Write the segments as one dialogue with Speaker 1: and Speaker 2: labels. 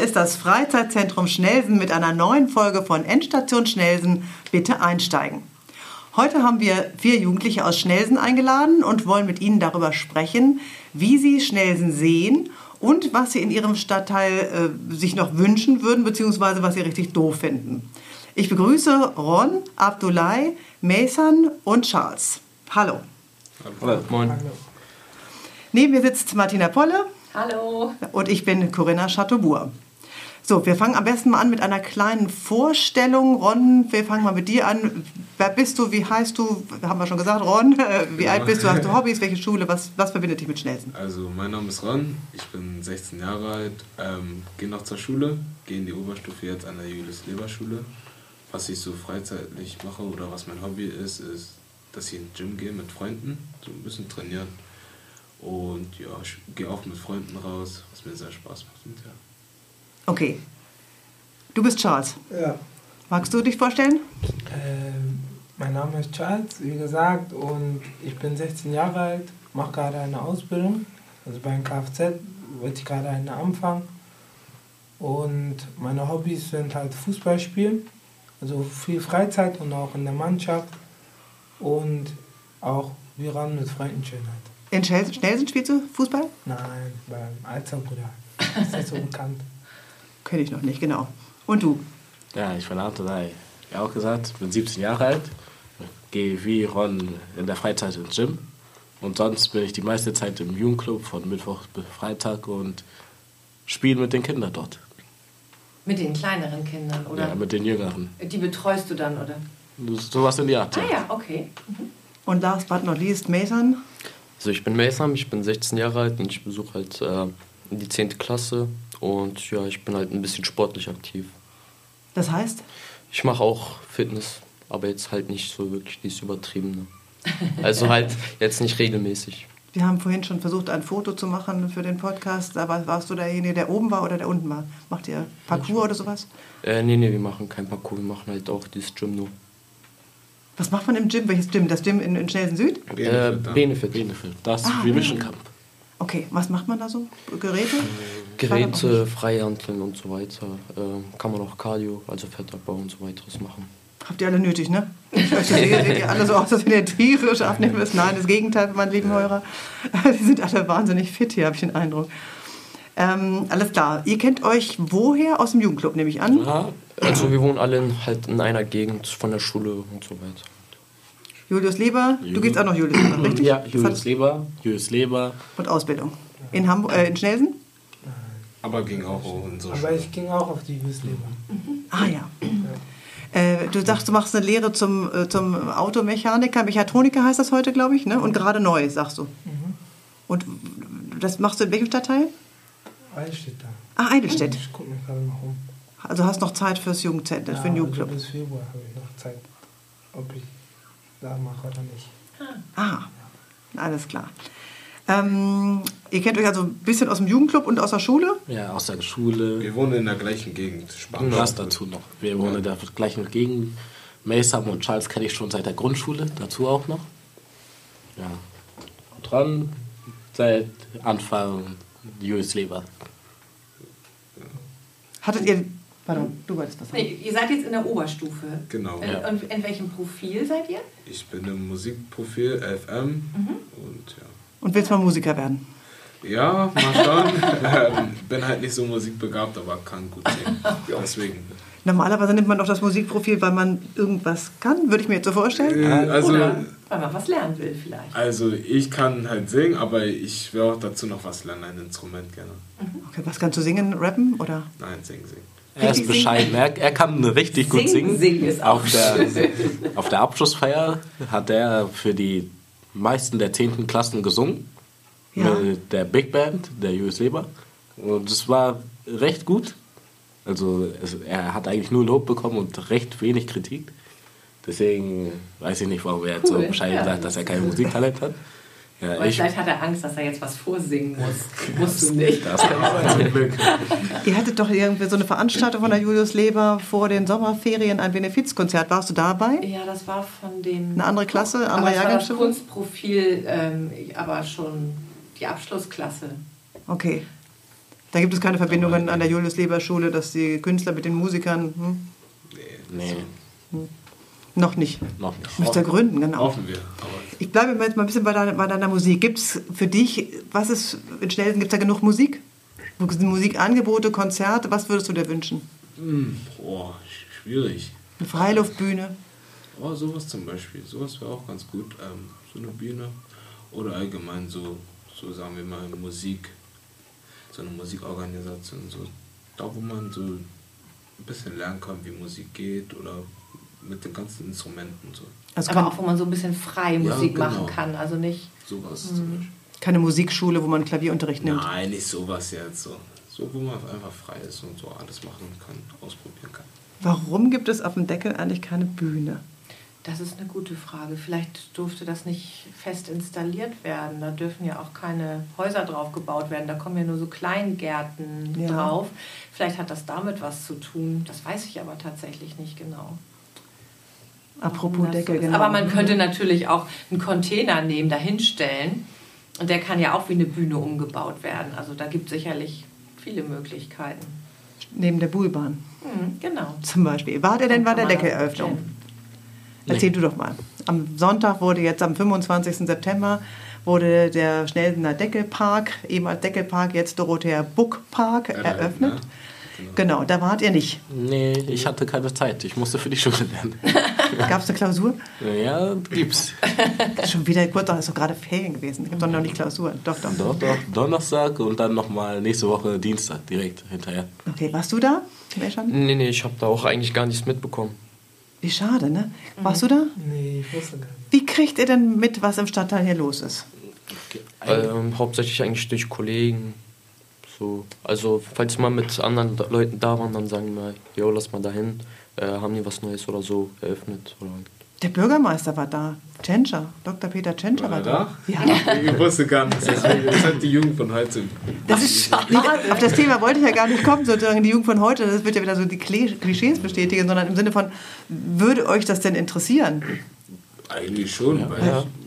Speaker 1: ist das Freizeitzentrum Schnelsen mit einer neuen Folge von Endstation Schnelsen. Bitte einsteigen. Heute haben wir vier Jugendliche aus Schnelsen eingeladen und wollen mit ihnen darüber sprechen, wie sie Schnelsen sehen und was sie in ihrem Stadtteil äh, sich noch wünschen würden, beziehungsweise was sie richtig doof finden. Ich begrüße Ron, Abdoulay, Mason und Charles. Hallo.
Speaker 2: Hallo. Moin.
Speaker 1: Neben mir sitzt Martina Polle.
Speaker 3: Hallo.
Speaker 1: Und ich bin Corinna Chateaubourg. So, wir fangen am besten mal an mit einer kleinen Vorstellung. Ron, wir fangen mal mit dir an. Wer bist du? Wie heißt du? Haben wir schon gesagt, Ron. Äh, Wie
Speaker 2: Genau.
Speaker 1: alt bist du? Hast du Hobbys? Welche Schule? Was, was verbindet dich mit Schnellsen?
Speaker 2: Also, mein Name ist Ron, ich bin 16 Jahre alt, ähm, gehe noch zur Schule, gehe in die Oberstufe jetzt an der Julius-Leber-Schule. Was ich so freizeitlich mache oder was mein Hobby ist, ist, dass ich ins Gym gehe mit Freunden, so ein bisschen trainieren. Und ja, ich gehe auch mit Freunden raus, was mir sehr Spaß macht. Und ja.
Speaker 1: Okay. Du bist Charles.
Speaker 4: Ja,
Speaker 1: Magst du dich vorstellen?
Speaker 4: ähm, mein Name ist Charles, wie gesagt, und ich bin 16 Jahre alt, mache gerade eine Ausbildung. Also beim Kfz wollte ich gerade eine anfangen. Und meine Hobbys sind halt Fußball spielen, also viel Freizeit und auch in der Mannschaft und auch wir ran mit Freunden schön halt.
Speaker 1: In Schnelsen, Schnellsen spielst du Fußball?
Speaker 4: Nein, beim Alzerbruder. Ist das so bekannt?
Speaker 1: Kenne ich noch nicht, genau. Und du?
Speaker 5: Ja, ich bin Antonai. Wie auch gesagt, bin 17 Jahre alt, gehe wie Ron in der Freizeit ins Gym und sonst bin ich die meiste Zeit im Jugendclub von Mittwoch bis Freitag und spiele mit den Kindern dort.
Speaker 3: Mit den kleineren Kindern, oder?
Speaker 5: Ja, mit den Jüngeren.
Speaker 3: Die betreust du dann, oder?
Speaker 5: Sowas in die Art.
Speaker 3: Ah ja, okay.
Speaker 1: Und last but not least, Mason.
Speaker 6: Also ich bin Mason, ich bin 16 Jahre alt und ich besuche halt äh, die 10. Klasse und ja, ich bin halt ein bisschen sportlich aktiv.
Speaker 1: Das heißt,
Speaker 6: Ich mache auch Fitness, aber jetzt halt nicht so wirklich dieses Übertriebene. ne? Also halt jetzt nicht regelmäßig.
Speaker 1: wir haben vorhin schon versucht, ein Foto zu machen für den Podcast. Aber warst du derjenige, der oben war oder der unten war? Macht ihr Parcours oder sowas?
Speaker 6: Äh, nee, nee, wir machen kein Parkour, wir machen halt auch dieses Gym nur.
Speaker 1: Was macht man im Gym? Welches Gym? Das Gym in, in Schnelsen Süd?
Speaker 6: Äh,
Speaker 2: Benefit dann.
Speaker 6: Benefit.
Speaker 5: Benefit. Das
Speaker 3: Ah,
Speaker 5: ist wie Mission Camp.
Speaker 1: Okay, was macht man da so? Geräte?
Speaker 5: Äh,
Speaker 1: War da
Speaker 6: Geräte,
Speaker 1: noch
Speaker 6: Freihanteln und so weiter. Äh, kann man auch Cardio, also Fettabbau und so weiteres machen.
Speaker 1: nicht. Habt ihr alle nötig, ne? Ich euch sehe, seht ihr alle so aus, als wenn ihr tierisch abnehmen müsst. Nein, das Gegenteil, mein lieben Heurer. Die sind alle wahnsinnig fit hier, habe ich den Eindruck. Ähm, alles klar. Ihr kennt euch woher? Aus dem Jugendclub, nehme ich an.
Speaker 5: Ja,
Speaker 6: Also wir wohnen alle in, halt in einer Gegend von der Schule und so weiter.
Speaker 1: Julius Leber. Du gehst auch noch Julius Leber, richtig?
Speaker 5: Mhm. ja
Speaker 1: Das
Speaker 5: Julius
Speaker 1: hat-
Speaker 5: Leber. Julius Leber.
Speaker 1: Und Ausbildung. In, Hamburg, äh, in Schnelsen?
Speaker 2: Aber ging auch in so
Speaker 4: Aber ich ging auch auf die Wiesleber.
Speaker 1: Ah ja. Äh, du sagst, du machst eine Lehre zum, äh, zum Automechaniker, Mechatroniker heißt das heute, glaube ich, ne? Und gerade neu, sagst du. Und das machst du in welchem Stadtteil?
Speaker 4: Alles steht da.
Speaker 1: Ah, Eidelstedt.
Speaker 4: Ich gucke mich gerade mal um.
Speaker 1: Also hast noch Zeit fürs Jugendzentrum, für den
Speaker 4: Ja,
Speaker 1: Jugendclub.
Speaker 4: Also bis Februar habe ich noch Zeit, ob ich da mache oder nicht.
Speaker 1: Ah, alles klar. Ähm, ihr kennt euch also ein bisschen aus dem Jugendclub und aus der Schule.
Speaker 5: Ja, aus der Schule.
Speaker 2: Wir wohnen in der gleichen Gegend, Spanien.
Speaker 5: Genau. Das dazu noch. Wir wohnen in der gleichen Gegend. Mason und Charles kenne ich schon seit der Grundschule, dazu auch noch. Ja. Und Ron seit Anfang Julius Leber.
Speaker 1: Hattet ihr. Pardon, du wolltest was
Speaker 3: Nee,
Speaker 1: sagen.
Speaker 3: ihr seid jetzt in der Oberstufe.
Speaker 2: Genau.
Speaker 3: In,
Speaker 5: Ja.
Speaker 3: Und in welchem Profil seid ihr?
Speaker 2: Ich bin im Musikprofil FM
Speaker 4: Mhm.
Speaker 2: und ja.
Speaker 1: Und willst mal Musiker werden?
Speaker 2: Ja, mal schauen. ähm, bin halt nicht so musikbegabt, aber kann gut singen. Deswegen.
Speaker 1: Normalerweise nimmt man doch das Musikprofil, weil man irgendwas kann, würde ich mir jetzt so vorstellen.
Speaker 2: Äh, also,
Speaker 3: oder weil man was lernen will vielleicht.
Speaker 2: also ich kann halt singen, aber ich will auch dazu noch was lernen, ein Instrument gerne.
Speaker 1: Okay, was kannst du singen, rappen oder?
Speaker 2: Nein, singen, singen.
Speaker 5: Er ist
Speaker 1: Richtig
Speaker 5: bescheiden. Er, er kann richtig gut
Speaker 3: Singen,
Speaker 5: singen.
Speaker 3: singen ist auch
Speaker 5: auf, der, auf der Abschlussfeier hat er für die meisten der 10. Klassen gesungen.
Speaker 1: Ja.
Speaker 5: Mit der Big Band, der US Leber. Und es war recht gut. Also es, er hat eigentlich nur Lob bekommen und recht wenig Kritik. Deswegen weiß ich nicht, warum er jetzt so
Speaker 3: Cool,
Speaker 5: bescheiden
Speaker 3: ja.
Speaker 5: sagt, dass er kein Musiktalent hat. Ja,
Speaker 3: Weil
Speaker 5: ich,
Speaker 3: vielleicht hat er Angst, dass er jetzt was vorsingen muss. Musst du nicht.
Speaker 5: das ist zum Glück.
Speaker 1: Ihr hattet doch irgendwie so eine Veranstaltung von der Julius Leber vor den Sommerferien, ein Benefizkonzert. Warst du dabei?
Speaker 3: Ja, das war von dem...
Speaker 1: Eine andere Klasse,
Speaker 3: aber
Speaker 1: andere
Speaker 3: es war das
Speaker 1: Jahrgangsstufe?
Speaker 3: Kunstprofil, ähm, aber schon die Abschlussklasse.
Speaker 1: Okay. Da gibt es keine Verbindungen an der Julius-Leber-Schule, dass die Künstler mit den Musikern. Hm?
Speaker 5: Nee,
Speaker 1: Noch nicht.
Speaker 5: noch nicht.
Speaker 1: Müsst ihr gründen, genau.
Speaker 2: Hoffen wir. Aber
Speaker 1: Ich bleibe jetzt mal ein bisschen bei deiner, bei deiner Musik. Gibt es für dich, was ist in Schnelsen, gibt es da genug Musik? Musikangebote, Konzerte, was würdest du dir wünschen?
Speaker 2: hm, boah, sch- schwierig.
Speaker 1: Eine Freiluftbühne?
Speaker 2: Oh, sowas zum Beispiel. Sowas wäre auch ganz gut. Ähm, so eine Bühne. Oder allgemein so, so sagen wir mal, Musik. So eine Musikorganisation. So, da, wo man so ein bisschen lernen kann, wie Musik geht oder mit den ganzen Instrumenten. So.
Speaker 1: Also
Speaker 7: Aber
Speaker 1: kein,
Speaker 7: auch, wo man so ein bisschen freie
Speaker 2: Ja,
Speaker 7: Musik
Speaker 2: genau.
Speaker 7: machen kann. Also nicht.
Speaker 2: Sowas zum Beispiel.
Speaker 1: keine Musikschule, wo man Klavierunterricht nimmt.
Speaker 2: Nein, nicht sowas jetzt. So. so, wo man einfach frei ist und so alles machen kann, ausprobieren kann.
Speaker 1: Warum gibt es auf dem Deckel eigentlich keine Bühne?
Speaker 7: Das ist eine gute Frage. Vielleicht durfte das nicht fest installiert werden. Da dürfen ja auch keine Häuser drauf gebaut werden. Da kommen ja nur so Kleingärten
Speaker 1: Ja.
Speaker 7: drauf. Vielleicht hat das damit was zu tun. Das weiß ich aber tatsächlich nicht genau.
Speaker 1: Apropos
Speaker 7: Das
Speaker 1: Deckel,
Speaker 7: ist-
Speaker 1: genau.
Speaker 7: Aber man könnte natürlich auch einen Container nehmen, dahinstellen. Und der kann ja auch wie eine Bühne umgebaut werden. Also da gibt es sicherlich viele Möglichkeiten.
Speaker 1: Neben der Buhlbahn
Speaker 7: Hm,
Speaker 1: Mhm.
Speaker 7: genau.
Speaker 1: zum Beispiel. Wart ihr denn bei der
Speaker 7: Kann man das
Speaker 1: Deckeleröffnung?
Speaker 7: erklären.
Speaker 1: Erzähl du doch mal. Am Sonntag wurde jetzt am 25. September wurde der Schnelsener Deckelpark, ehemals Deckelpark, jetzt Dorothea Buck Park eröffnet.
Speaker 2: ne?
Speaker 1: Genau, da wart ihr nicht.
Speaker 5: Nee, ich hatte keine Zeit. Ich musste für die Schule lernen.
Speaker 1: Gab es eine Klausur?
Speaker 5: Ja, gibt's.
Speaker 1: Schon wieder kurz, das ist doch gerade Ferien gewesen. Es gibt doch noch nicht Klausuren. Doch, doch.
Speaker 5: Doch, doch, Donnerstag und dann nochmal nächste Woche Dienstag direkt hinterher.
Speaker 1: Okay, warst du da? Meerschan?
Speaker 6: Nee, nee, ich habe da auch eigentlich gar nichts mitbekommen.
Speaker 1: Wie schade, ne?
Speaker 7: Mhm.
Speaker 1: Warst du da?
Speaker 4: Nee, ich wusste gar nicht.
Speaker 1: Wie kriegt ihr denn mit, was im Stadtteil hier los ist?
Speaker 6: Ähm, hauptsächlich eigentlich durch Kollegen. So. Also, falls man mit anderen da Leuten da waren, dann sagen wir, jo, lass mal dahin. Äh, haben die was Neues oder so eröffnet? Oder halt.
Speaker 1: Der Bürgermeister war da. Tschentscher, Dr. Peter Tschentscher
Speaker 2: War
Speaker 1: war
Speaker 2: er
Speaker 1: da.
Speaker 2: da?
Speaker 1: Ja.
Speaker 2: Ich wusste gar nicht, das hat die Jugend von heute.
Speaker 1: Das ist schade. Auf das Thema wollte ich ja gar nicht kommen, sozusagen die Jugend von heute. Das wird ja wieder so die Kle- Klischees bestätigen, sondern im Sinne von, würde euch das denn interessieren?
Speaker 2: Eigentlich schon, weil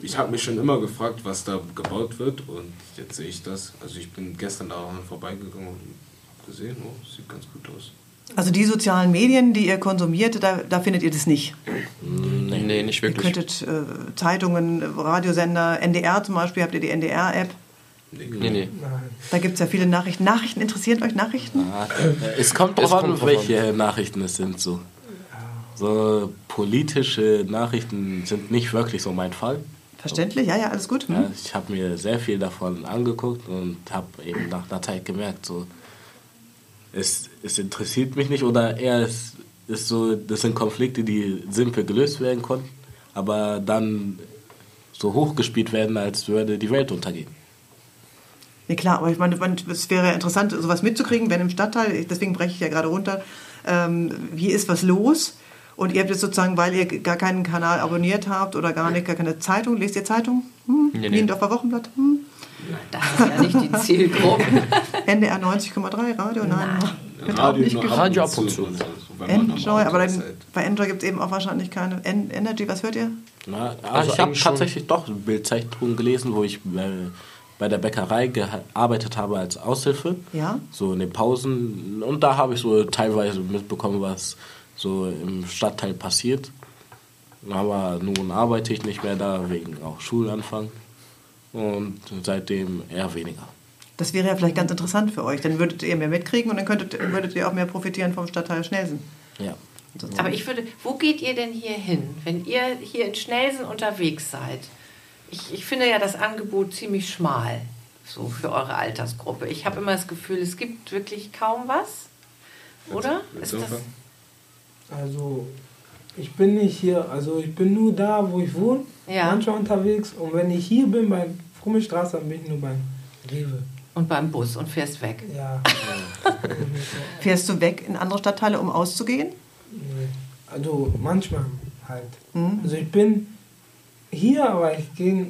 Speaker 2: ich, ich habe mich schon immer gefragt, was da gebaut wird und jetzt sehe ich das. Also ich bin gestern daran vorbeigegangen und habe gesehen, oh, sieht ganz gut aus.
Speaker 1: Also die sozialen Medien, die ihr konsumiert, da, da findet ihr das nicht.
Speaker 6: Nee. nicht
Speaker 1: Ihr
Speaker 6: wirklich.
Speaker 1: könntet äh, Zeitungen, äh, Radiosender, NDR zum Beispiel, habt ihr die NDR-App.
Speaker 2: Nee,
Speaker 6: Nee, nee.
Speaker 4: Nein.
Speaker 1: Da gibt es ja viele Nachrichten. Nachrichten, interessieren euch Nachrichten?
Speaker 5: Ah, Es kommt drauf
Speaker 6: Es kommt
Speaker 5: an,
Speaker 6: drauf
Speaker 5: welche Nachrichten es sind. So. so politische Nachrichten sind nicht wirklich so mein Fall.
Speaker 1: Verständlich? Ja, ja, alles gut.
Speaker 5: Ja,
Speaker 1: Hm?
Speaker 5: ich habe mir sehr viel davon angeguckt und habe eben nach einer Zeit gemerkt, so, es, es interessiert mich nicht oder eher es ist so, das sind Konflikte, die simpel gelöst werden konnten, aber dann so hochgespielt werden, als würde die Welt untergehen.
Speaker 1: Nee, klar, aber ich meine, man- es wäre ja interessant, sowas mitzukriegen, wenn im Stadtteil, ich- deswegen breche ich ja gerade runter, ähm, hier ist was los und ihr habt jetzt sozusagen, weil ihr gar keinen Kanal abonniert habt oder gar nicht, gar keine Zeitung, lest ihr Zeitung? Hm?
Speaker 6: Nee, nee.
Speaker 1: Niendorfer Wochenblatt? Hm?
Speaker 7: Das ist ja nicht die Zielgruppe.
Speaker 1: NDR 90,3, Radio? Nein.
Speaker 2: Radio, nur ab
Speaker 6: Radio
Speaker 2: und
Speaker 6: ab und zu.
Speaker 2: und so, wenn man am
Speaker 1: Enjoy,
Speaker 2: Auto
Speaker 1: aber
Speaker 2: ist
Speaker 1: dann,
Speaker 2: halt.
Speaker 1: bei Enjoy gibt es eben auch wahrscheinlich keine en Energy, was hört ihr?
Speaker 5: Na, also
Speaker 6: ich
Speaker 5: ich habe
Speaker 6: eigentlich schon-
Speaker 5: tatsächlich doch Bildzeitungen gelesen, wo ich äh, bei der Bäckerei gearbeitet habe als Aushilfe.
Speaker 1: Ja.
Speaker 5: So in den Pausen. Und da habe ich so teilweise mitbekommen, was so im Stadtteil passiert. Aber nun arbeite ich nicht mehr da, wegen auch Schulanfang. Und seitdem eher weniger.
Speaker 1: Das wäre ja vielleicht ganz interessant für euch. Dann würdet ihr mehr mitkriegen und dann könntet, würdet ihr auch mehr profitieren vom Stadtteil Schnelsen.
Speaker 5: Ja.
Speaker 7: Aber ich würde, wo geht ihr denn hier hin, wenn ihr hier in Schnelsen unterwegs seid? Ich, ich finde ja das Angebot ziemlich schmal, so für eure Altersgruppe. Ich habe immer das Gefühl, es gibt wirklich kaum was, oder? Ist das,
Speaker 2: Insofern-
Speaker 4: Also, ich bin nicht hier, also ich bin nur da, wo ich wohne,
Speaker 7: Ja.
Speaker 4: manchmal unterwegs. Und wenn ich hier bin, bei Frumme Straße, dann bin ich nur beim Rewe.
Speaker 7: und beim Bus und fährst weg.
Speaker 4: Ja.
Speaker 1: Fährst du weg in andere Stadtteile, um auszugehen?
Speaker 4: nee. also, manchmal halt.
Speaker 1: Mhm.
Speaker 4: Also, ich bin hier, aber ich gehe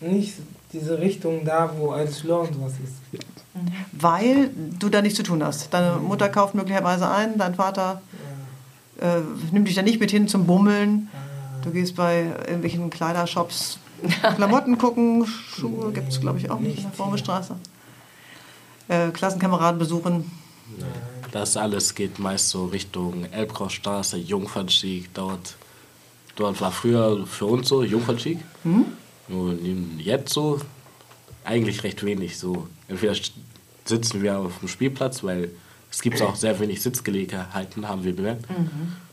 Speaker 4: nicht diese Richtung da, wo alles Lohr und sowas ist.
Speaker 1: Weil du da nichts zu tun hast. Deine Mutter kauft möglicherweise ein, dein Vater äh, nimmt dich da nicht mit hin zum Bummeln. Du gehst bei irgendwelchen Kleidershops Klamotten gucken, Schuhe gibt es, glaube ich, auch nicht in der Frauenstraße. äh, Klassenkameraden besuchen?
Speaker 5: Das alles geht meist so Richtung Elbkrochstraße, Jungfernstieg. Dort, dort war früher für uns so Jungfernstieg. Und jetzt so eigentlich recht wenig. So entweder st- sitzen wir auf dem Spielplatz, weil es gibt auch sehr wenig Sitzgelegenheiten, haben wir bemerkt.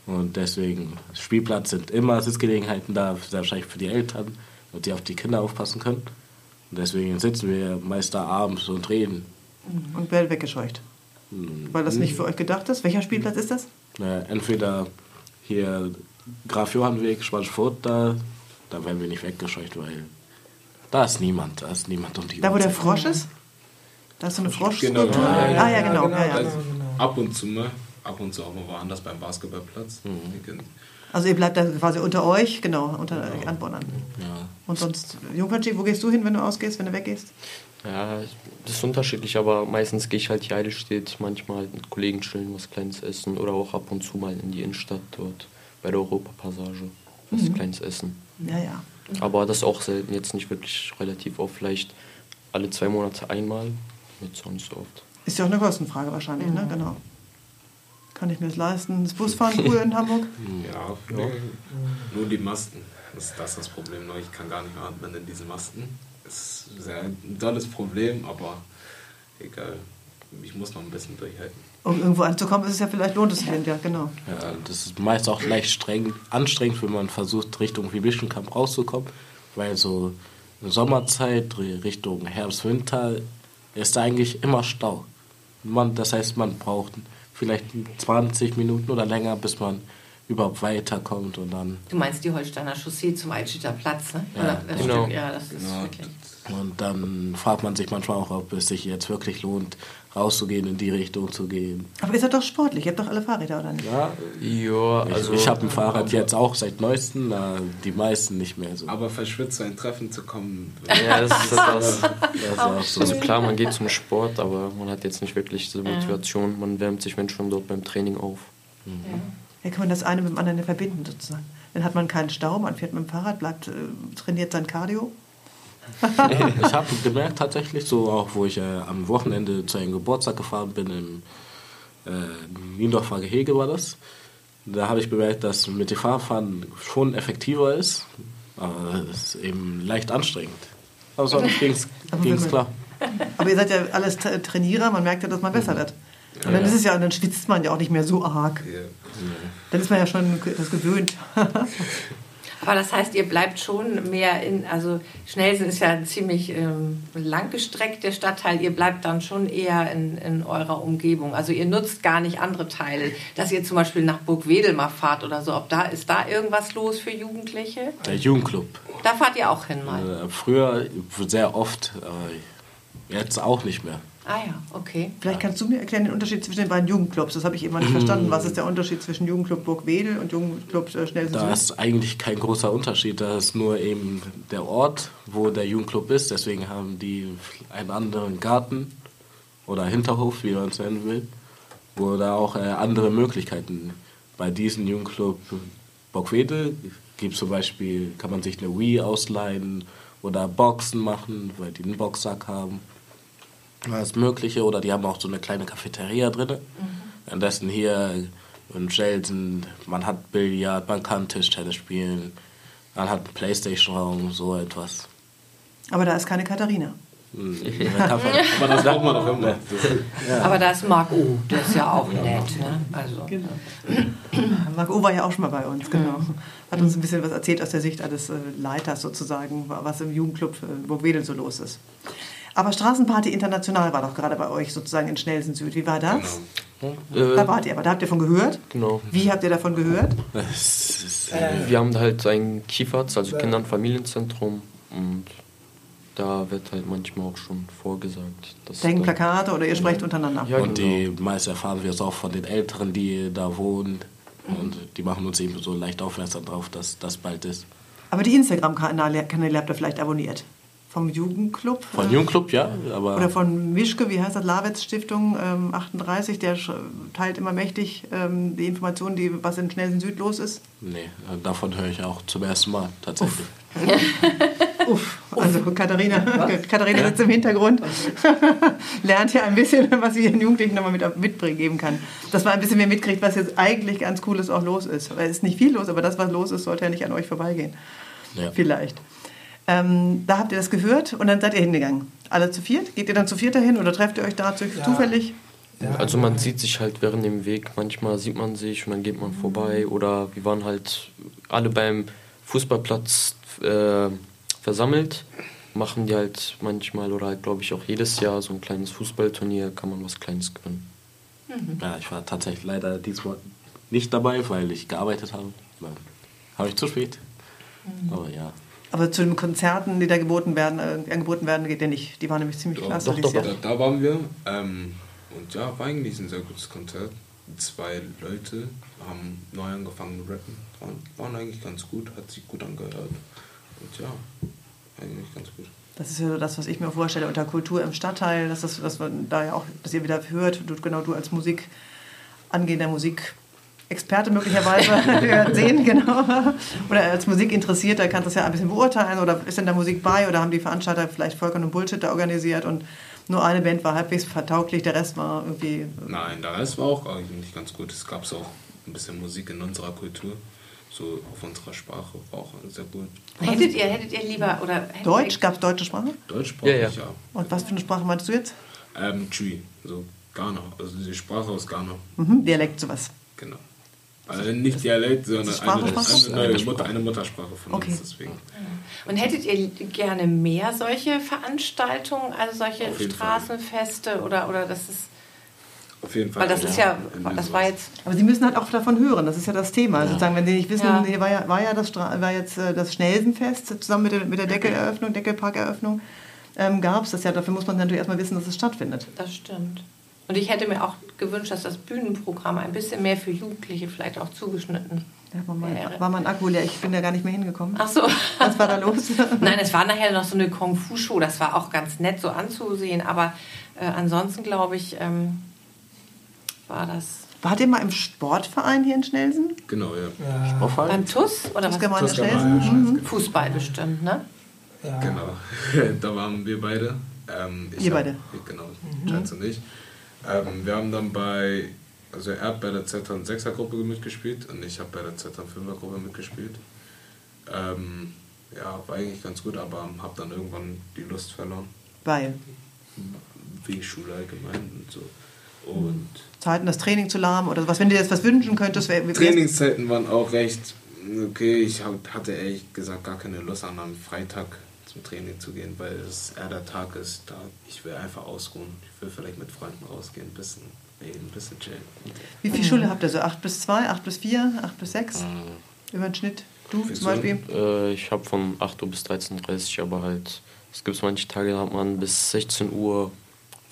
Speaker 5: Und deswegen Spielplatz sind immer Sitzgelegenheiten da, sehr wahrscheinlich für die Eltern und die auf die Kinder aufpassen können. Und deswegen sitzen wir meist da abends und reden.
Speaker 1: Und werdet weggescheucht. Weil das nicht für euch gedacht ist. Welcher Spielplatz ist das?
Speaker 5: Naja, entweder hier Graf Johannweg, Schwarzfurt, da, da werden wir nicht weggescheucht, weil da ist niemand, da ist niemand um die
Speaker 1: Da, wo der
Speaker 5: Uhrzeit.
Speaker 1: Frosch ist? Da ist so eine Frosch.
Speaker 2: Genau.
Speaker 1: Ah, ja, genau.
Speaker 4: genau.
Speaker 1: Ja, ja.
Speaker 2: Also ab und zu mal, ab und zu auch mal woanders beim Basketballplatz.
Speaker 6: Mhm.
Speaker 1: Also ihr bleibt da quasi unter euch, genau, unter euch Anwohnern.
Speaker 5: Ja.
Speaker 1: Und sonst, Jungfernstieg, wo gehst du hin, wenn du ausgehst, wenn du weggehst?
Speaker 6: Ja, das ist unterschiedlich, aber meistens gehe ich halt hier Heide steht, manchmal mit Kollegen chillen, was Kleines essen oder auch ab und zu mal in die Innenstadt dort bei der Europapassage was
Speaker 1: Mhm.
Speaker 6: Kleines essen.
Speaker 1: Ja, ja.
Speaker 6: Aber das auch selten, jetzt nicht wirklich relativ oft, vielleicht alle zwei Monate einmal, jetzt auch nicht so oft.
Speaker 1: Ist ja auch eine Kostenfrage wahrscheinlich, ne? Genau. Kann ich mir das leisten? Ist Busfahren cool in Hamburg?
Speaker 6: Mhm.
Speaker 2: Ja, nee. nur die Masten. Das ist das, ist das Problem. Nur Ich kann gar nicht mehr atmen in diesen Masten. Das ist sehr ein tolles Problem, aber egal. Ich muss noch ein bisschen durchhalten.
Speaker 1: Um irgendwo anzukommen, ist es ja vielleicht lohnt es sich, ja, genau.
Speaker 5: Ja, das ist meist auch leicht streng, anstrengend, wenn man versucht, Richtung Wiebischenkamp rauszukommen, weil so Sommerzeit, ri- Richtung Herbst, Winter, ist da eigentlich immer Stau. Man, das heißt, man braucht vielleicht 20 Minuten oder länger, bis man überhaupt weiterkommt und dann
Speaker 7: Du meinst die Holsteiner Chaussee zum Altstädter Platz, ne?
Speaker 5: Ja,
Speaker 7: das
Speaker 6: genau.
Speaker 7: stimmt. Ja, das ist wirklich.
Speaker 5: Und dann fragt man sich manchmal auch, ob es sich jetzt wirklich lohnt, rauszugehen, in die Richtung zu gehen.
Speaker 1: Aber ihr seid doch sportlich, ihr habt doch alle Fahrräder, oder nicht?
Speaker 5: Ja,
Speaker 6: Ja,
Speaker 5: ich,
Speaker 6: also
Speaker 5: ich habe ein Fahrrad jetzt auch seit neuestem, äh, die meisten nicht mehr so.
Speaker 2: Aber verschwitzt zu ein Treffen zu kommen,
Speaker 6: Ja, das ist das.
Speaker 5: Das ist auch so.
Speaker 6: Also klar, man geht zum Sport, aber man hat jetzt nicht wirklich diese Motivation. Man wärmt sich, wenn schon, dort beim Training auf.
Speaker 1: Ja, kann man das eine mit dem anderen ja verbinden, sozusagen. Dann hat man keinen Stau, man fährt mit dem Fahrrad, bleibt, äh, trainiert sein Cardio.
Speaker 5: Ich habe gemerkt tatsächlich, so auch wo ich äh, am Wochenende zu einem Geburtstag gefahren bin, im äh, Niendorfer Gehege war das. Da habe ich bemerkt, dass mit dem Fahrradfahren schon effektiver ist, aber es ist eben leicht anstrengend. Aber sonst ging
Speaker 1: Aber
Speaker 5: es
Speaker 1: wenn man-
Speaker 5: klar.
Speaker 1: Aber ihr seid ja alles Tra- Trainierer, man merkt ja, dass man besser wird. Und dann ist es ja, und dann schwitzt man ja auch nicht mehr so arg.
Speaker 2: wir
Speaker 1: Dann ist man ja schon das gewöhnt.
Speaker 7: Aber das heißt, ihr bleibt schon mehr in, also Schnelsen ist ja ziemlich ähm, langgestreckt, der Stadtteil, ihr bleibt dann schon eher in, in eurer Umgebung. Also ihr nutzt gar nicht andere Teile, dass ihr zum Beispiel nach Burgwedel mal fahrt oder so. Ob da ist da irgendwas los für Jugendliche?
Speaker 5: Der Jugendclub.
Speaker 7: Da fahrt ihr auch hin mal.
Speaker 5: Äh, früher sehr oft, aber jetzt auch nicht mehr.
Speaker 7: Ah ja, okay.
Speaker 1: Vielleicht kannst du mir erklären den Unterschied zwischen den beiden Jugendclubs. Das habe ich immer nicht verstanden. Was ist der Unterschied zwischen Jugendclub Burgwedel und Jugendclub äh, Schnellsen
Speaker 5: Da
Speaker 1: Süd?
Speaker 5: ist eigentlich kein großer Unterschied, da ist nur eben der Ort, wo der Jugendclub ist. Deswegen haben die einen anderen Garten oder Hinterhof, wie man es nennen will, wo da auch äh, andere Möglichkeiten. Bei diesem Jugendclub Bockwedel gibt zum Beispiel, kann man sich eine Wii ausleihen oder Boxen machen, weil die einen Boxsack haben. alles Mögliche oder die haben auch so eine kleine Cafeteria drin. Währenddessen hier in Schelsen, man hat Billard, man kann Tischtennis spielen, man hat einen Playstation-Raum, so etwas.
Speaker 1: Aber da ist keine Katharina.
Speaker 5: Hm, man kann von-
Speaker 2: Aber das braucht man doch immer. Das,
Speaker 7: Aber da ist Marc O, der ist ja auch nett. Ne? Also.
Speaker 1: Marc O war ja auch schon mal bei uns, genau. Hat uns ein bisschen was erzählt aus der Sicht eines äh, Leiters sozusagen, wa- was im Jugendclub äh, Burgwedel so los ist. Aber Straßenparty International war doch gerade bei euch sozusagen in Schnelsen Süd. Wie war das?
Speaker 6: Äh,
Speaker 1: Da wart ihr, aber da habt ihr von gehört?
Speaker 6: genau.
Speaker 1: Wie habt ihr davon gehört?
Speaker 5: es ist, äh,
Speaker 6: Wir haben halt ein Kieferz, also Kinder- und Familienzentrum. Und da wird halt manchmal auch schon vorgesagt. Dass
Speaker 1: Da hängen
Speaker 6: dann-
Speaker 1: Plakate oder ihr sprecht untereinander?
Speaker 6: Ja,
Speaker 5: und
Speaker 6: genau.
Speaker 5: die meist erfahren wir es auch von den Älteren, die da wohnen. Und die machen uns eben so leicht aufmerksam drauf, dass das bald ist.
Speaker 1: Aber die Instagram-Kanäle Kanäle habt ihr vielleicht abonniert? Vom Jugendclub? äh,
Speaker 5: Von Jugendclub, ja, aber.
Speaker 1: Oder von Mischke, wie heißt das, Lawetz Stiftung ähm, 38, der sch- teilt immer mächtig ähm, die Informationen, die, was in Schnellsen Süd los ist.
Speaker 5: nee, davon höre ich auch zum ersten Mal tatsächlich.
Speaker 1: Uff, Also Katharina, Katharina sitzt im Hintergrund, lernt ja ein bisschen, was sie den Jugendlichen nochmal mit, mitgeben kann. Dass man ein bisschen mehr mitkriegt, was jetzt eigentlich ganz Cooles auch los ist. Weil Es ist nicht viel los, aber das, was los ist, sollte ja nicht an euch vorbeigehen.
Speaker 5: Ja.
Speaker 1: Vielleicht. Ähm, da habt ihr das gehört und dann seid ihr hingegangen. Alle zu viert? Geht ihr dann zu viert dahin oder trefft ihr euch da zu-
Speaker 4: Ja.
Speaker 1: zufällig?
Speaker 4: Ja,
Speaker 6: Also man sieht sich halt während dem Weg, manchmal sieht man sich und dann geht man vorbei oder wir waren halt alle beim Fußballplatz äh, versammelt, machen die halt manchmal oder halt glaube ich auch jedes Jahr so ein kleines Fußballturnier, kann man was Kleines gewinnen.
Speaker 5: Ja, ich war tatsächlich leider diesmal nicht dabei, weil ich gearbeitet habe. Dann Habe ich zu spät. Aber ja.
Speaker 1: Aber zu den Konzerten, die da geboten werden, äh, angeboten werden, geht ihr nicht. Die waren nämlich ziemlich
Speaker 2: Doch,
Speaker 1: klasse
Speaker 6: doch,
Speaker 1: dieses
Speaker 6: doch,
Speaker 2: Da,
Speaker 1: Jahr.
Speaker 2: da waren wir. Ähm, und ja, war eigentlich ein sehr gutes Konzert. Zwei Leute haben neu angefangen zu rappen. Waren, waren eigentlich ganz gut, hat sich gut angehört. Und ja, eigentlich ganz gut.
Speaker 1: Das ist ja so das, was ich mir vorstelle unter Kultur im Stadtteil, dass, das, dass man da ja auch, dass ihr wieder hört, du, genau du als Musik, angehender Musikexperte möglicherweise, wir werden sehen, genau. Oder als Musikinteressierter kannst du das ja ein bisschen beurteilen oder ist denn da Musik bei oder haben die Veranstalter vielleicht vollkommen Bullshit da organisiert und nur eine Band war halbwegs vertauglich, der Rest war irgendwie
Speaker 2: Nein, der Rest war auch eigentlich ganz gut. Es gab auch ein bisschen Musik in unserer Kultur, so auf unserer Sprache, war auch sehr gut.
Speaker 7: Hättet ihr, hättet ihr lieber oder hättet
Speaker 1: Deutsch,
Speaker 7: ihr-
Speaker 1: gab es deutsche Sprache?
Speaker 2: Deutschsprachig,
Speaker 6: Ja,
Speaker 2: ja.
Speaker 6: ja.
Speaker 2: ja.
Speaker 1: Und was für eine Sprache meinst du jetzt?
Speaker 2: Ähm, Chui, so Ghana, also die Sprache aus Ghana,
Speaker 1: Mhm, Dialekt, sowas.
Speaker 2: genau. Also nicht Dialekt, sondern
Speaker 1: ist Sprache,
Speaker 2: eine,
Speaker 1: Sprache?
Speaker 2: eine, neue
Speaker 5: Eine
Speaker 2: Mutter,
Speaker 5: Sprache.
Speaker 2: eine Muttersprache von
Speaker 1: Okay.
Speaker 2: uns, deswegen.
Speaker 7: Und hättet ihr gerne mehr solche Veranstaltungen, also solche
Speaker 2: Auf jeden
Speaker 7: Straßenfeste oder oder das ist,
Speaker 2: Auf jeden Fall.
Speaker 7: weil das ist ja,
Speaker 2: irgendwie
Speaker 7: das war
Speaker 2: sowas.
Speaker 7: jetzt
Speaker 1: Aber sie müssen halt auch davon hören, das ist ja das Thema. Sozusagen, wenn sie nicht wissen,
Speaker 7: Ja.
Speaker 1: hier war ja, war ja das, Stra- war jetzt äh, das Schnelsenfest zusammen mit der, mit der Deckeleröffnung, Deckelparkeröffnung, ähm, gab es das ja. Dafür muss man natürlich erstmal wissen, dass es stattfindet.
Speaker 7: Das stimmt. Und ich hätte mir auch gewünscht, dass das Bühnenprogramm ein bisschen mehr für Jugendliche vielleicht auch zugeschnitten
Speaker 1: Da war mein,
Speaker 7: wäre.
Speaker 1: war mein Akku leer, ich bin da gar nicht mehr hingekommen.
Speaker 7: Ach so.
Speaker 1: Was war da los?
Speaker 7: Nein, es war nachher noch so eine Kung-Fu-Show. Das war auch ganz nett so anzusehen. Aber äh, ansonsten, glaube ich, ähm, war das
Speaker 1: Wart ihr mal im Sportverein hier in Schnelsen?
Speaker 2: Genau, ja.
Speaker 4: ja,
Speaker 5: Aufhalten?
Speaker 7: beim TUS oder was?
Speaker 1: Fußgemeinde
Speaker 2: Das kann man
Speaker 1: Schnelsen? Mhm.
Speaker 7: Fußball bestimmt, ne?
Speaker 4: ja,
Speaker 2: Genau, da waren wir beide. Ähm, ich
Speaker 1: Ihr
Speaker 2: hab-
Speaker 1: beide?
Speaker 2: Genau, Jens und ich. Ähm, wir haben dann bei, also er hat bei der Z-Tan 6er Gruppe mitgespielt und ich habe bei der Z-Tan 5er Gruppe mitgespielt. Ähm, ja, war eigentlich ganz gut, aber habe dann irgendwann die Lust verloren.
Speaker 1: Weil
Speaker 2: Wegen Schule allgemein und so. Und
Speaker 1: Zeiten, das Training zu lahm oder was, wenn du dir jetzt was wünschen könntest, wär, wär,
Speaker 2: Trainingszeiten waren auch recht okay. Ich hab- hatte ehrlich gesagt gar keine Lust an am Freitag zum Training zu gehen, weil es eher der Tag ist, da ich will einfach ausruhen. Ich will vielleicht mit Freunden rausgehen, ein bisschen reden, ein bisschen chillen.
Speaker 1: wie
Speaker 7: Mhm.
Speaker 1: viel Schule habt ihr so? 8 bis 2, 8 bis 4, 8 bis 6?
Speaker 7: Mhm.
Speaker 1: Über den Schnitt? Du
Speaker 2: Wieso?
Speaker 1: zum Beispiel?
Speaker 6: Äh, ich habe von 8 Uhr bis 13.30 Uhr, aber halt, es gibt manche Tage, da hat man bis 16 Uhr,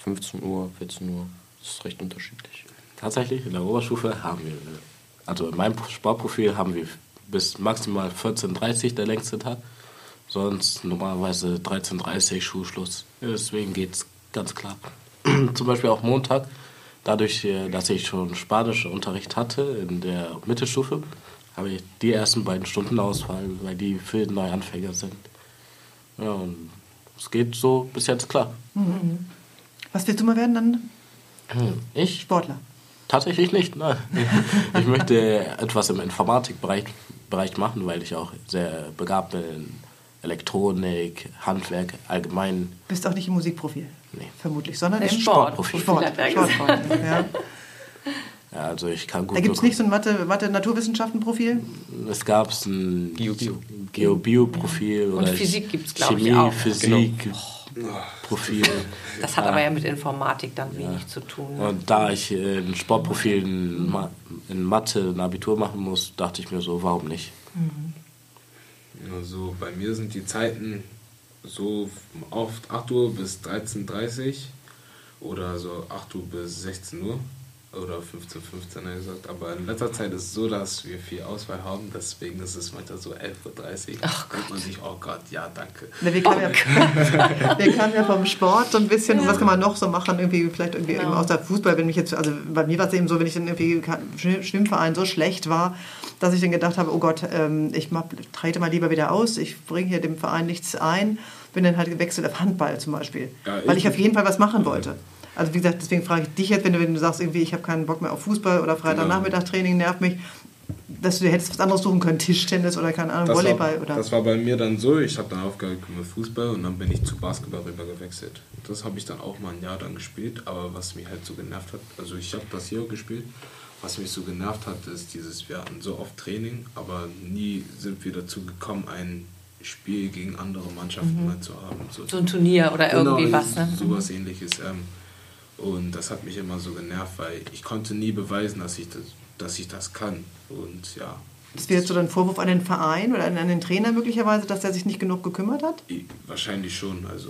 Speaker 6: 15 Uhr, 14 Uhr. Das ist recht unterschiedlich.
Speaker 5: Tatsächlich, in der Oberstufe haben wir, also in meinem Sportprofil haben wir bis maximal 14.30 der längste Tag. Sonst normalerweise 13.30 Schulschluss. Deswegen geht es ganz klar. Zum Beispiel auch Montag, dadurch, äh, dass ich schon Spanischunterricht hatte in der Mittelstufe, habe ich die ersten beiden Stunden ausfallen, weil die für Neuanfänger sind. Ja, und es geht so bis jetzt klar.
Speaker 1: Was willst du mal werden dann?
Speaker 5: Ich
Speaker 1: Sportler.
Speaker 5: Tatsächlich nicht, nein. Ich möchte etwas im Informatikbereich Bereich machen, weil ich auch sehr begabt bin in Elektronik, Handwerk, allgemein.
Speaker 1: Bist auch nicht im Musikprofil?
Speaker 5: Nee.
Speaker 1: Vermutlich, sondern
Speaker 7: Der
Speaker 1: im
Speaker 5: Sportprofil.
Speaker 1: Sport.
Speaker 7: hat er
Speaker 1: Sport.
Speaker 7: gesagt.
Speaker 1: ja.
Speaker 5: Ja, also ich kann gut.
Speaker 1: Da gibt es
Speaker 5: nur-
Speaker 1: nicht so ein Mathe, Mathe Naturwissenschaften-Profil.
Speaker 5: Es gab ein
Speaker 6: Geo-Bio.
Speaker 5: Geo-Bio-Profil
Speaker 7: Und
Speaker 5: oder
Speaker 7: Physik gibt's, glaub ich,
Speaker 5: Chemie,
Speaker 7: auch. Genau.
Speaker 5: Physik, Profil.
Speaker 7: Das hat aber ja mit Informatik dann wenig zu tun. ne?
Speaker 5: Und da ich in Sportprofilen Ma- in Mathe ein Abitur machen muss, dachte ich mir so, warum nicht?
Speaker 2: Also bei mir sind die Zeiten so oft 8 Uhr bis 13.30 Uhr oder so 8 Uhr bis 16 Uhr. oder 15, 15 er gesagt, aber in letzter Zeit ist es so, dass wir viel Auswahl haben, deswegen ist es manchmal so 11.30 Uhr. Ach Gott. Und sich, oh Gott, ja, danke.
Speaker 1: Ne, Wir kamen, ja, wir kamen ja vom Sport so ein bisschen, was kann man noch so machen, irgendwie vielleicht irgendwie
Speaker 7: Genau.
Speaker 1: eben außer Fußball, wenn mich jetzt, also bei mir war es eben so, wenn ich dann irgendwie ka- Schwimm- Schwimmverein so schlecht war, dass ich dann gedacht habe, oh Gott, ähm, ich mach, trete mal lieber wieder aus, ich bringe hier dem Verein nichts ein, bin dann halt gewechselt auf Handball zum Beispiel,
Speaker 2: Ja,
Speaker 1: weil
Speaker 2: ich-
Speaker 1: ich auf jeden Fall was machen wollte. Also wie gesagt, deswegen frage ich dich jetzt, wenn du, wenn du sagst, irgendwie, ich habe keinen Bock mehr auf Fußball oder
Speaker 2: Genau.
Speaker 1: Freitagnachmittag-Training nervt mich, dass du dir hättest was anderes suchen können, Tischtennis oder keine Ahnung,
Speaker 2: Das
Speaker 1: Volleyball
Speaker 2: war,
Speaker 1: oder...
Speaker 2: Das war bei mir dann so, ich habe dann aufgehört mit Fußball und dann bin ich zu Basketball rüber gewechselt. Das habe ich dann auch mal ein Jahr dann gespielt, aber was mich halt so genervt hat, also ich habe das hier gespielt, was mich so genervt hat, ist dieses, wir hatten so oft Training, aber nie sind wir dazu gekommen, ein Spiel gegen andere Mannschaften mal zu haben.
Speaker 7: So ein Turnier oder irgendwie
Speaker 2: Genau,
Speaker 7: was, ne?
Speaker 2: Sowas ähnliches. Ähm, und das hat mich immer so genervt, weil ich konnte nie beweisen, dass ich das, dass ich das kann. Und ja,
Speaker 1: Das wäre jetzt so ein Vorwurf an den Verein oder an an den Trainer möglicherweise, dass er sich nicht genug gekümmert hat.
Speaker 2: I- Wahrscheinlich schon, also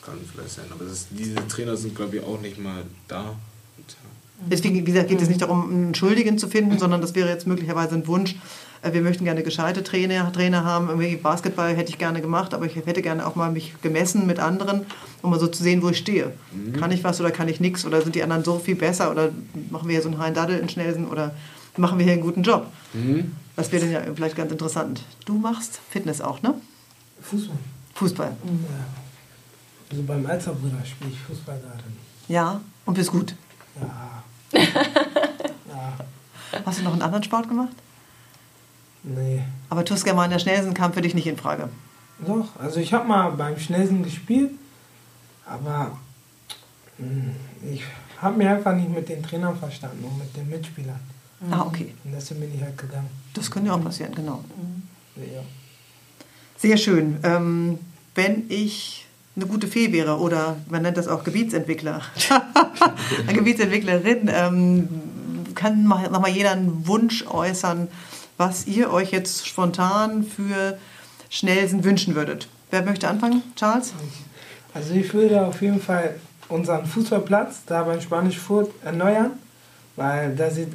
Speaker 2: kann vielleicht sein. Aber das, diese Trainer sind, glaube ich, auch nicht mal da. Und, ja.
Speaker 1: Deswegen, wie gesagt, geht es nicht darum, einen Schuldigen zu finden, sondern das wäre jetzt möglicherweise ein Wunsch. Äh, Wir möchten gerne gescheite Trainer, Trainer haben. Irgendwie Basketball hätte ich gerne gemacht, aber ich hätte gerne auch mal mich gemessen mit anderen, um mal so zu sehen, wo ich stehe. Kann ich was oder kann ich nichts? Oder sind die anderen so viel besser? Oder machen wir hier so einen Hein Daddel in Schnelsen? Oder machen wir hier einen guten Job? Das wäre dann ja vielleicht ganz interessant. Du machst Fitness auch, ne?
Speaker 4: Fußball.
Speaker 1: Fußball.
Speaker 4: Ja. Also beim Alzerbruder spiele ich Fußball gerade.
Speaker 1: Ja, und bist gut.
Speaker 4: Ja. ja.
Speaker 1: Hast du noch einen anderen Sport gemacht?
Speaker 4: Nee.
Speaker 1: Aber Tuskermania Schnellsen kam für dich nicht in Frage.
Speaker 4: Doch, also ich habe mal beim Schnellsten gespielt, aber mh, ich habe mir einfach nicht mit den Trainern verstanden und mit den Mitspielern.
Speaker 1: Ah, okay.
Speaker 4: Und deswegen bin ich halt gegangen.
Speaker 1: Das könnte ja auch passieren, genau.
Speaker 4: Ja.
Speaker 1: Sehr schön. Ähm, wenn ich eine gute Fee wäre oder man nennt das auch Gebietsentwickler, eine Gebietsentwicklerin, ähm, kann nochmal jeder einen Wunsch äußern, was ihr euch jetzt spontan für Schnellsen wünschen würdet. Wer möchte anfangen? Charles?
Speaker 4: Also ich würde auf jeden Fall unseren Fußballplatz da beim Spanisch Furt erneuern, weil da sieht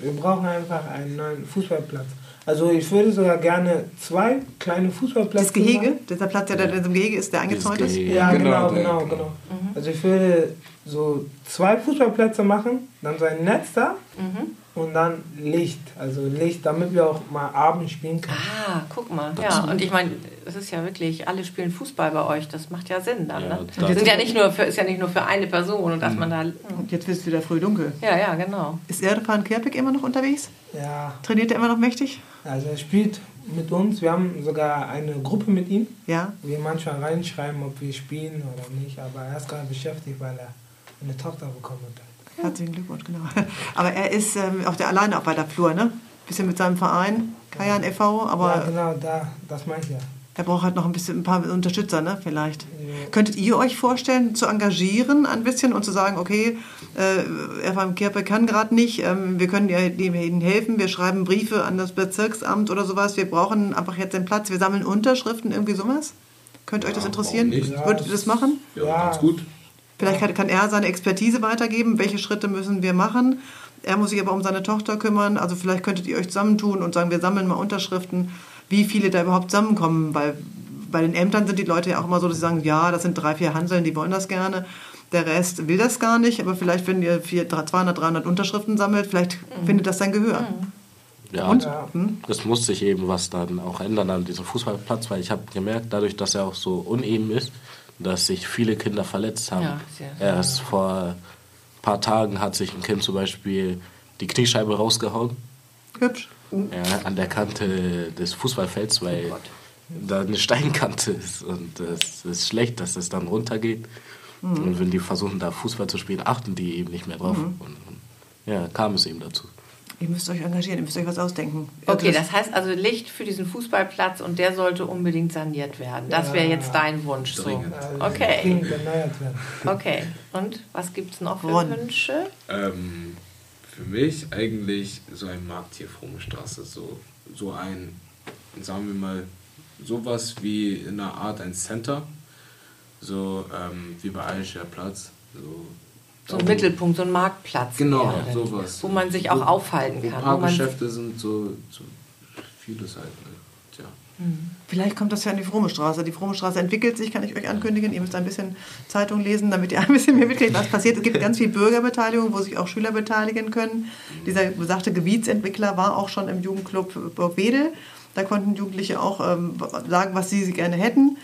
Speaker 4: wir brauchen einfach einen neuen Fußballplatz. Also ich würde sogar gerne zwei kleine Fußballplätze.
Speaker 1: Das Gehege,
Speaker 4: machen.
Speaker 1: dieser Platz, der da in diesem Gehege ist, der eingezäunt
Speaker 5: Dieses
Speaker 1: ist.
Speaker 5: Gehege.
Speaker 4: Ja,
Speaker 2: Genau,
Speaker 4: genau,
Speaker 2: der-
Speaker 4: genau,
Speaker 2: genau.
Speaker 4: genau.
Speaker 1: Mhm.
Speaker 4: Also ich würde so zwei Fußballplätze machen, dann so ein Netz da
Speaker 1: Mhm.
Speaker 4: und dann Licht. Also Licht, damit wir auch mal abends spielen können.
Speaker 7: Ah, guck mal. Ja, und ich meine, es ist ja wirklich, alle spielen Fußball bei euch. Das macht ja Sinn dann.
Speaker 5: Ja,
Speaker 7: ne?
Speaker 5: da-
Speaker 7: Sind ja nicht nur für, ist ja nicht nur für eine Person und dass man da.
Speaker 1: Und jetzt wird es wieder früh dunkel.
Speaker 7: Ja, ja, genau.
Speaker 1: Ist Erdogan Kerpik immer noch unterwegs?
Speaker 4: Ja,
Speaker 1: Trainiert er immer noch mächtig?
Speaker 4: also er spielt mit uns. Wir haben sogar eine Gruppe mit ihm.
Speaker 1: Ja.
Speaker 4: wir manchmal reinschreiben, ob wir spielen oder nicht, aber er ist gerade beschäftigt, weil er eine Tochter bekommen hat.
Speaker 1: Herzlichen Glückwunsch, genau. Aber er ist ähm, auch der alleine auch bei der Flur, ne? Bisschen mit seinem Verein, Kajan e.V., aber
Speaker 4: Ja, genau, da, das meine ich ja.
Speaker 1: er braucht halt noch ein bisschen ein paar Unterstützer, ne? Vielleicht. Könntet ihr euch vorstellen, zu engagieren ein bisschen und zu sagen, okay, äh, Erfan Kirpe kann gerade nicht, ähm, wir können ihr- dem ihnen helfen, wir schreiben Briefe an das Bezirksamt oder sowas, wir brauchen einfach jetzt den Platz, wir sammeln Unterschriften, irgendwie sowas? Könnte euch das
Speaker 2: Ja,
Speaker 1: interessieren?
Speaker 2: warum nicht?
Speaker 1: Würdet ihr das machen?
Speaker 2: Ja,
Speaker 4: Ja.
Speaker 2: ganz gut.
Speaker 1: Vielleicht kann, kann er seine Expertise weitergeben, welche Schritte müssen wir machen. Er muss sich aber um seine Tochter kümmern. Also vielleicht könntet ihr euch zusammentun und sagen, wir sammeln mal Unterschriften, wie viele da überhaupt zusammenkommen. Weil bei den Ämtern sind die Leute ja auch immer so, dass sie sagen, ja, das sind drei, vier Hanseln, die wollen das gerne. Der Rest will das gar nicht. Aber vielleicht, wenn ihr vier, 200, 300 Unterschriften sammelt, vielleicht findet das sein Gehör.
Speaker 5: Ja,
Speaker 1: Und?
Speaker 4: Ja.
Speaker 5: das muss sich eben was dann auch ändern an diesem Fußballplatz, weil ich habe gemerkt, dadurch, dass er auch so uneben ist, dass sich viele Kinder verletzt haben.
Speaker 7: Ja, sehr.
Speaker 5: Erst vor ein paar Tagen hat sich ein Kind zum Beispiel die Kniescheibe rausgehauen
Speaker 1: Hübsch.
Speaker 5: ja, an der Kante des Fußballfelds,
Speaker 7: Oh
Speaker 5: weil da eine Steinkante ist und das ist schlecht, dass das dann runtergeht.
Speaker 7: Mhm.
Speaker 5: Und wenn die versuchen, da Fußball zu spielen, achten die eben nicht mehr drauf. Und, und, ja, kam es eben dazu.
Speaker 1: Ihr müsst euch engagieren, ihr müsst euch was ausdenken. Also
Speaker 7: Okay, das heißt also Licht für diesen Fußballplatz und der sollte unbedingt saniert werden. Das wäre jetzt dein Wunsch. So.
Speaker 2: Dringend.
Speaker 4: Also
Speaker 7: Okay,
Speaker 4: Dringend erneuert werden.
Speaker 7: okay. Und was gibt es noch für
Speaker 1: Ron.
Speaker 7: Wünsche?
Speaker 2: Ähm, für mich eigentlich so ein Markt hier Fromme Straße, so, so ein, sagen wir mal, sowas wie in einer Art ein Center, so ähm, wie bei Eilischer Platz, so
Speaker 7: So ein Mittelpunkt, so ein Marktplatz.
Speaker 2: Genau,
Speaker 7: eher, denn,
Speaker 2: sowas.
Speaker 7: Wo man sich auch aufhalten
Speaker 2: Wo
Speaker 7: kann. Wo man,
Speaker 2: Parkgeschäfte sind so, so vieles halt. Ne? Tja.
Speaker 1: Vielleicht kommt das ja an die Fromme Straße. Die Fromme Straße entwickelt sich, kann ich euch ankündigen. Ihr müsst ein bisschen Zeitung lesen, damit ihr ein bisschen mehr mitkriegt, was passiert. Es gibt ganz viel Bürgerbeteiligung, wo sich auch Schüler beteiligen können. Dieser besagte Gebietsentwickler war auch schon im Jugendclub Burg Wedel. Da konnten Jugendliche auch ähm, sagen, was sie, sie gerne hätten.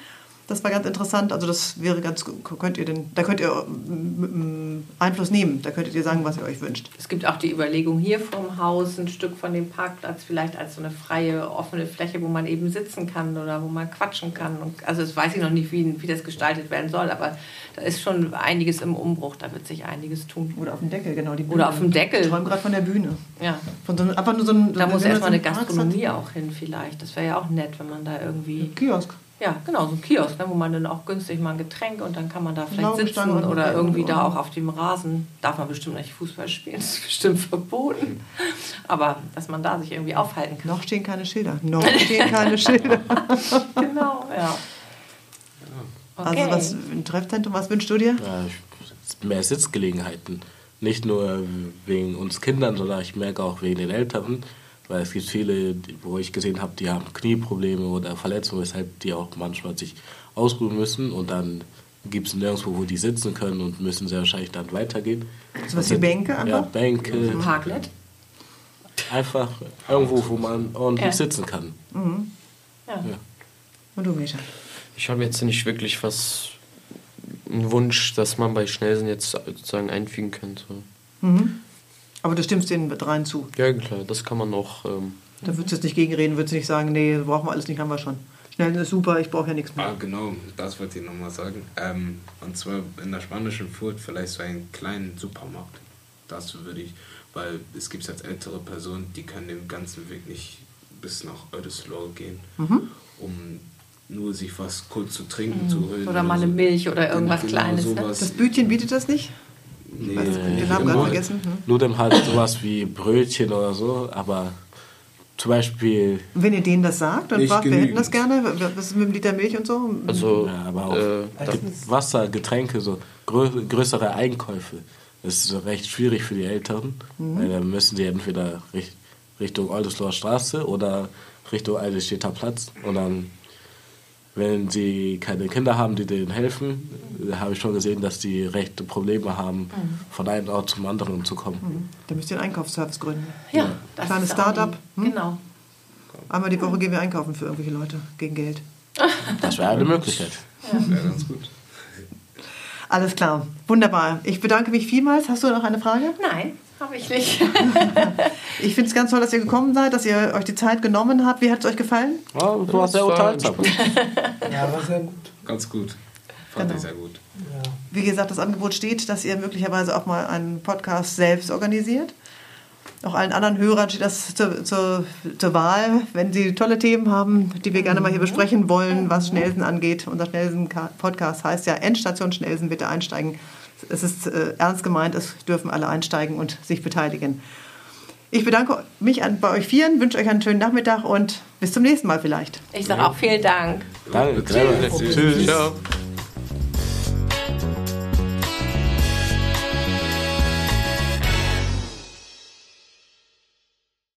Speaker 1: Das war ganz interessant. Also das wäre ganz, könnt ihr denn, da könnt ihr ähm, Einfluss nehmen. Da könntet ihr sagen, was ihr euch wünscht.
Speaker 7: es gibt auch die Überlegung, hier vom Haus ein Stück von dem Parkplatz vielleicht als so eine freie, offene Fläche, wo man eben sitzen kann oder wo man quatschen kann. Und, also das weiß ich noch nicht, wie, wie das gestaltet werden soll, aber da ist schon einiges im Umbruch, da wird sich einiges tun.
Speaker 1: Oder auf dem Deckel, genau. Die Bühne.
Speaker 7: Oder auf dem Deckel.
Speaker 1: Ich träume gerade von der Bühne.
Speaker 7: Ja.
Speaker 1: Von so einem, einfach nur so einem,
Speaker 7: Da muss
Speaker 1: Also wenn man
Speaker 7: erstmal eine
Speaker 1: so einen Park hat.
Speaker 7: Gastronomie auch hin vielleicht. Das wäre ja auch nett, wenn man da irgendwie...
Speaker 1: Kiosk.
Speaker 7: Ja, genau, so ein Kiosk, ne, wo man dann auch günstig mal ein Getränk und dann kann man da vielleicht sitzen
Speaker 1: Laugenstangen und
Speaker 7: oder
Speaker 1: Bier
Speaker 7: irgendwie
Speaker 1: und-
Speaker 7: da auch auf dem Rasen. Darf man bestimmt nicht Fußball spielen, das ist bestimmt verboten. Aber dass man da sich irgendwie aufhalten kann.
Speaker 1: Noch stehen keine Schilder. Noch stehen keine Schilder.
Speaker 7: Genau, ja. Okay.
Speaker 1: Also was ein Treffzentrum, was wünschst du dir?
Speaker 5: Ja, ich- mehr Sitzgelegenheiten. Nicht nur wegen uns Kindern, sondern ich merke auch wegen den Älteren. Weil es gibt viele, die- wo ich gesehen habe, die haben Knieprobleme oder Verletzungen, weshalb die auch manchmal sich ausruhen müssen. Und dann gibt es nirgendwo, wo die sitzen können und müssen sehr wahrscheinlich dann weitergehen.
Speaker 1: So was wie Bänke
Speaker 5: Ja,
Speaker 1: einfach?
Speaker 5: Bänke.
Speaker 7: Ein Parklet?
Speaker 5: Einfach irgendwo, wo man ordentlich
Speaker 7: Ja.
Speaker 5: sitzen kann.
Speaker 7: Ja.
Speaker 5: Ja.
Speaker 1: Und du, Misha?
Speaker 6: Ich habe jetzt nicht wirklich was, einen Wunsch, dass man bei Schnellsen jetzt sozusagen einfügen könnte.
Speaker 1: Mhm. Aber du stimmst denen mit rein zu.
Speaker 6: Ja, klar, das kann man noch. Ähm,
Speaker 1: Da würdest du jetzt nicht gegenreden, würdest nicht sagen, nee, brauchen wir alles nicht, haben wir schon. Schnell ist super, ich brauche ja nichts
Speaker 2: Ah,
Speaker 1: mehr.
Speaker 2: genau, das wollte ich nochmal sagen. Ähm, und zwar in der spanischen Furt vielleicht so einen kleinen Supermarkt. Das würde ich, weil es gibt jetzt ältere Personen, die können den ganzen Weg nicht bis nach Oedesloh gehen,
Speaker 7: Mhm.
Speaker 2: um nur sich was kurz zu trinken zu holen.
Speaker 7: Oder mal eine
Speaker 2: so.
Speaker 7: Milch oder irgendwas
Speaker 2: Genau,
Speaker 7: Kleines, ne?
Speaker 2: sowas.
Speaker 1: Das Bütchen bietet das nicht?
Speaker 2: nee, genau.
Speaker 1: Weiß ich nicht, den
Speaker 2: nicht
Speaker 1: Namen gerade
Speaker 2: immer.
Speaker 1: vergessen. Hm?
Speaker 5: Nur dann halt sowas wie Brötchen oder so, aber zum Beispiel
Speaker 1: Und Wenn ihr denen das sagt und
Speaker 2: Nicht
Speaker 1: fragt, wir hätten
Speaker 2: genügend.
Speaker 1: das gerne, was ist mit dem Liter Milch und so?
Speaker 6: also,
Speaker 5: Ja, aber auch-
Speaker 6: äh, da,
Speaker 5: Ge- Wasser, Getränke, so grö größere Einkäufe. Das ist recht schwierig für die Älteren, weil dann müssen die entweder richt Richtung Oldesloher Straße oder Richtung Eidelstädter Platz. Und dann, wenn sie keine Kinder haben, die denen helfen, äh, habe ich schon gesehen, dass die rechte Probleme haben, von einem Ort zum anderen zu kommen.
Speaker 1: Da müsst ihr einen Einkaufsservice gründen.
Speaker 7: Ja, das
Speaker 1: Kleines
Speaker 7: ist auch
Speaker 1: Start-up,
Speaker 7: die-
Speaker 1: hm?
Speaker 7: Genau.
Speaker 1: Einmal die Woche gehen wir einkaufen für irgendwelche Leute gegen Geld.
Speaker 5: Das wäre eine Möglichkeit.
Speaker 2: Wäre ganz gut.
Speaker 1: Alles klar, wunderbar. Ich bedanke mich vielmals. Hast du noch eine Frage?
Speaker 7: Nein, habe ich nicht.
Speaker 1: Ich finde es ganz toll, dass ihr gekommen seid, dass ihr euch die Zeit genommen habt. Wie hat es euch gefallen?
Speaker 5: Ja, du warst sehr
Speaker 6: war
Speaker 5: unterhaltsam.
Speaker 4: Ja, war sehr gut.
Speaker 2: Ganz gut. Fand
Speaker 1: Genau.
Speaker 2: ich sehr gut.
Speaker 4: Ja.
Speaker 1: Wie gesagt, das Angebot steht, dass ihr möglicherweise auch mal einen Podcast selbst organisiert. Auch allen anderen Hörern steht das zur, zur, zur Wahl, wenn sie tolle Themen haben, die wir gerne mal hier besprechen wollen, was Schnellsen angeht. Unser Schnellsen-Podcast heißt ja Endstation Schnellsen, bitte einsteigen. Es ist äh, ernst gemeint, es dürfen alle einsteigen und sich beteiligen. Ich bedanke mich an, bei euch vieren, wünsche euch einen schönen Nachmittag und bis zum nächsten Mal vielleicht.
Speaker 7: Ich sage auch vielen Dank.
Speaker 5: Danke.
Speaker 2: Tschüss.
Speaker 5: Tschüss.
Speaker 6: ciao.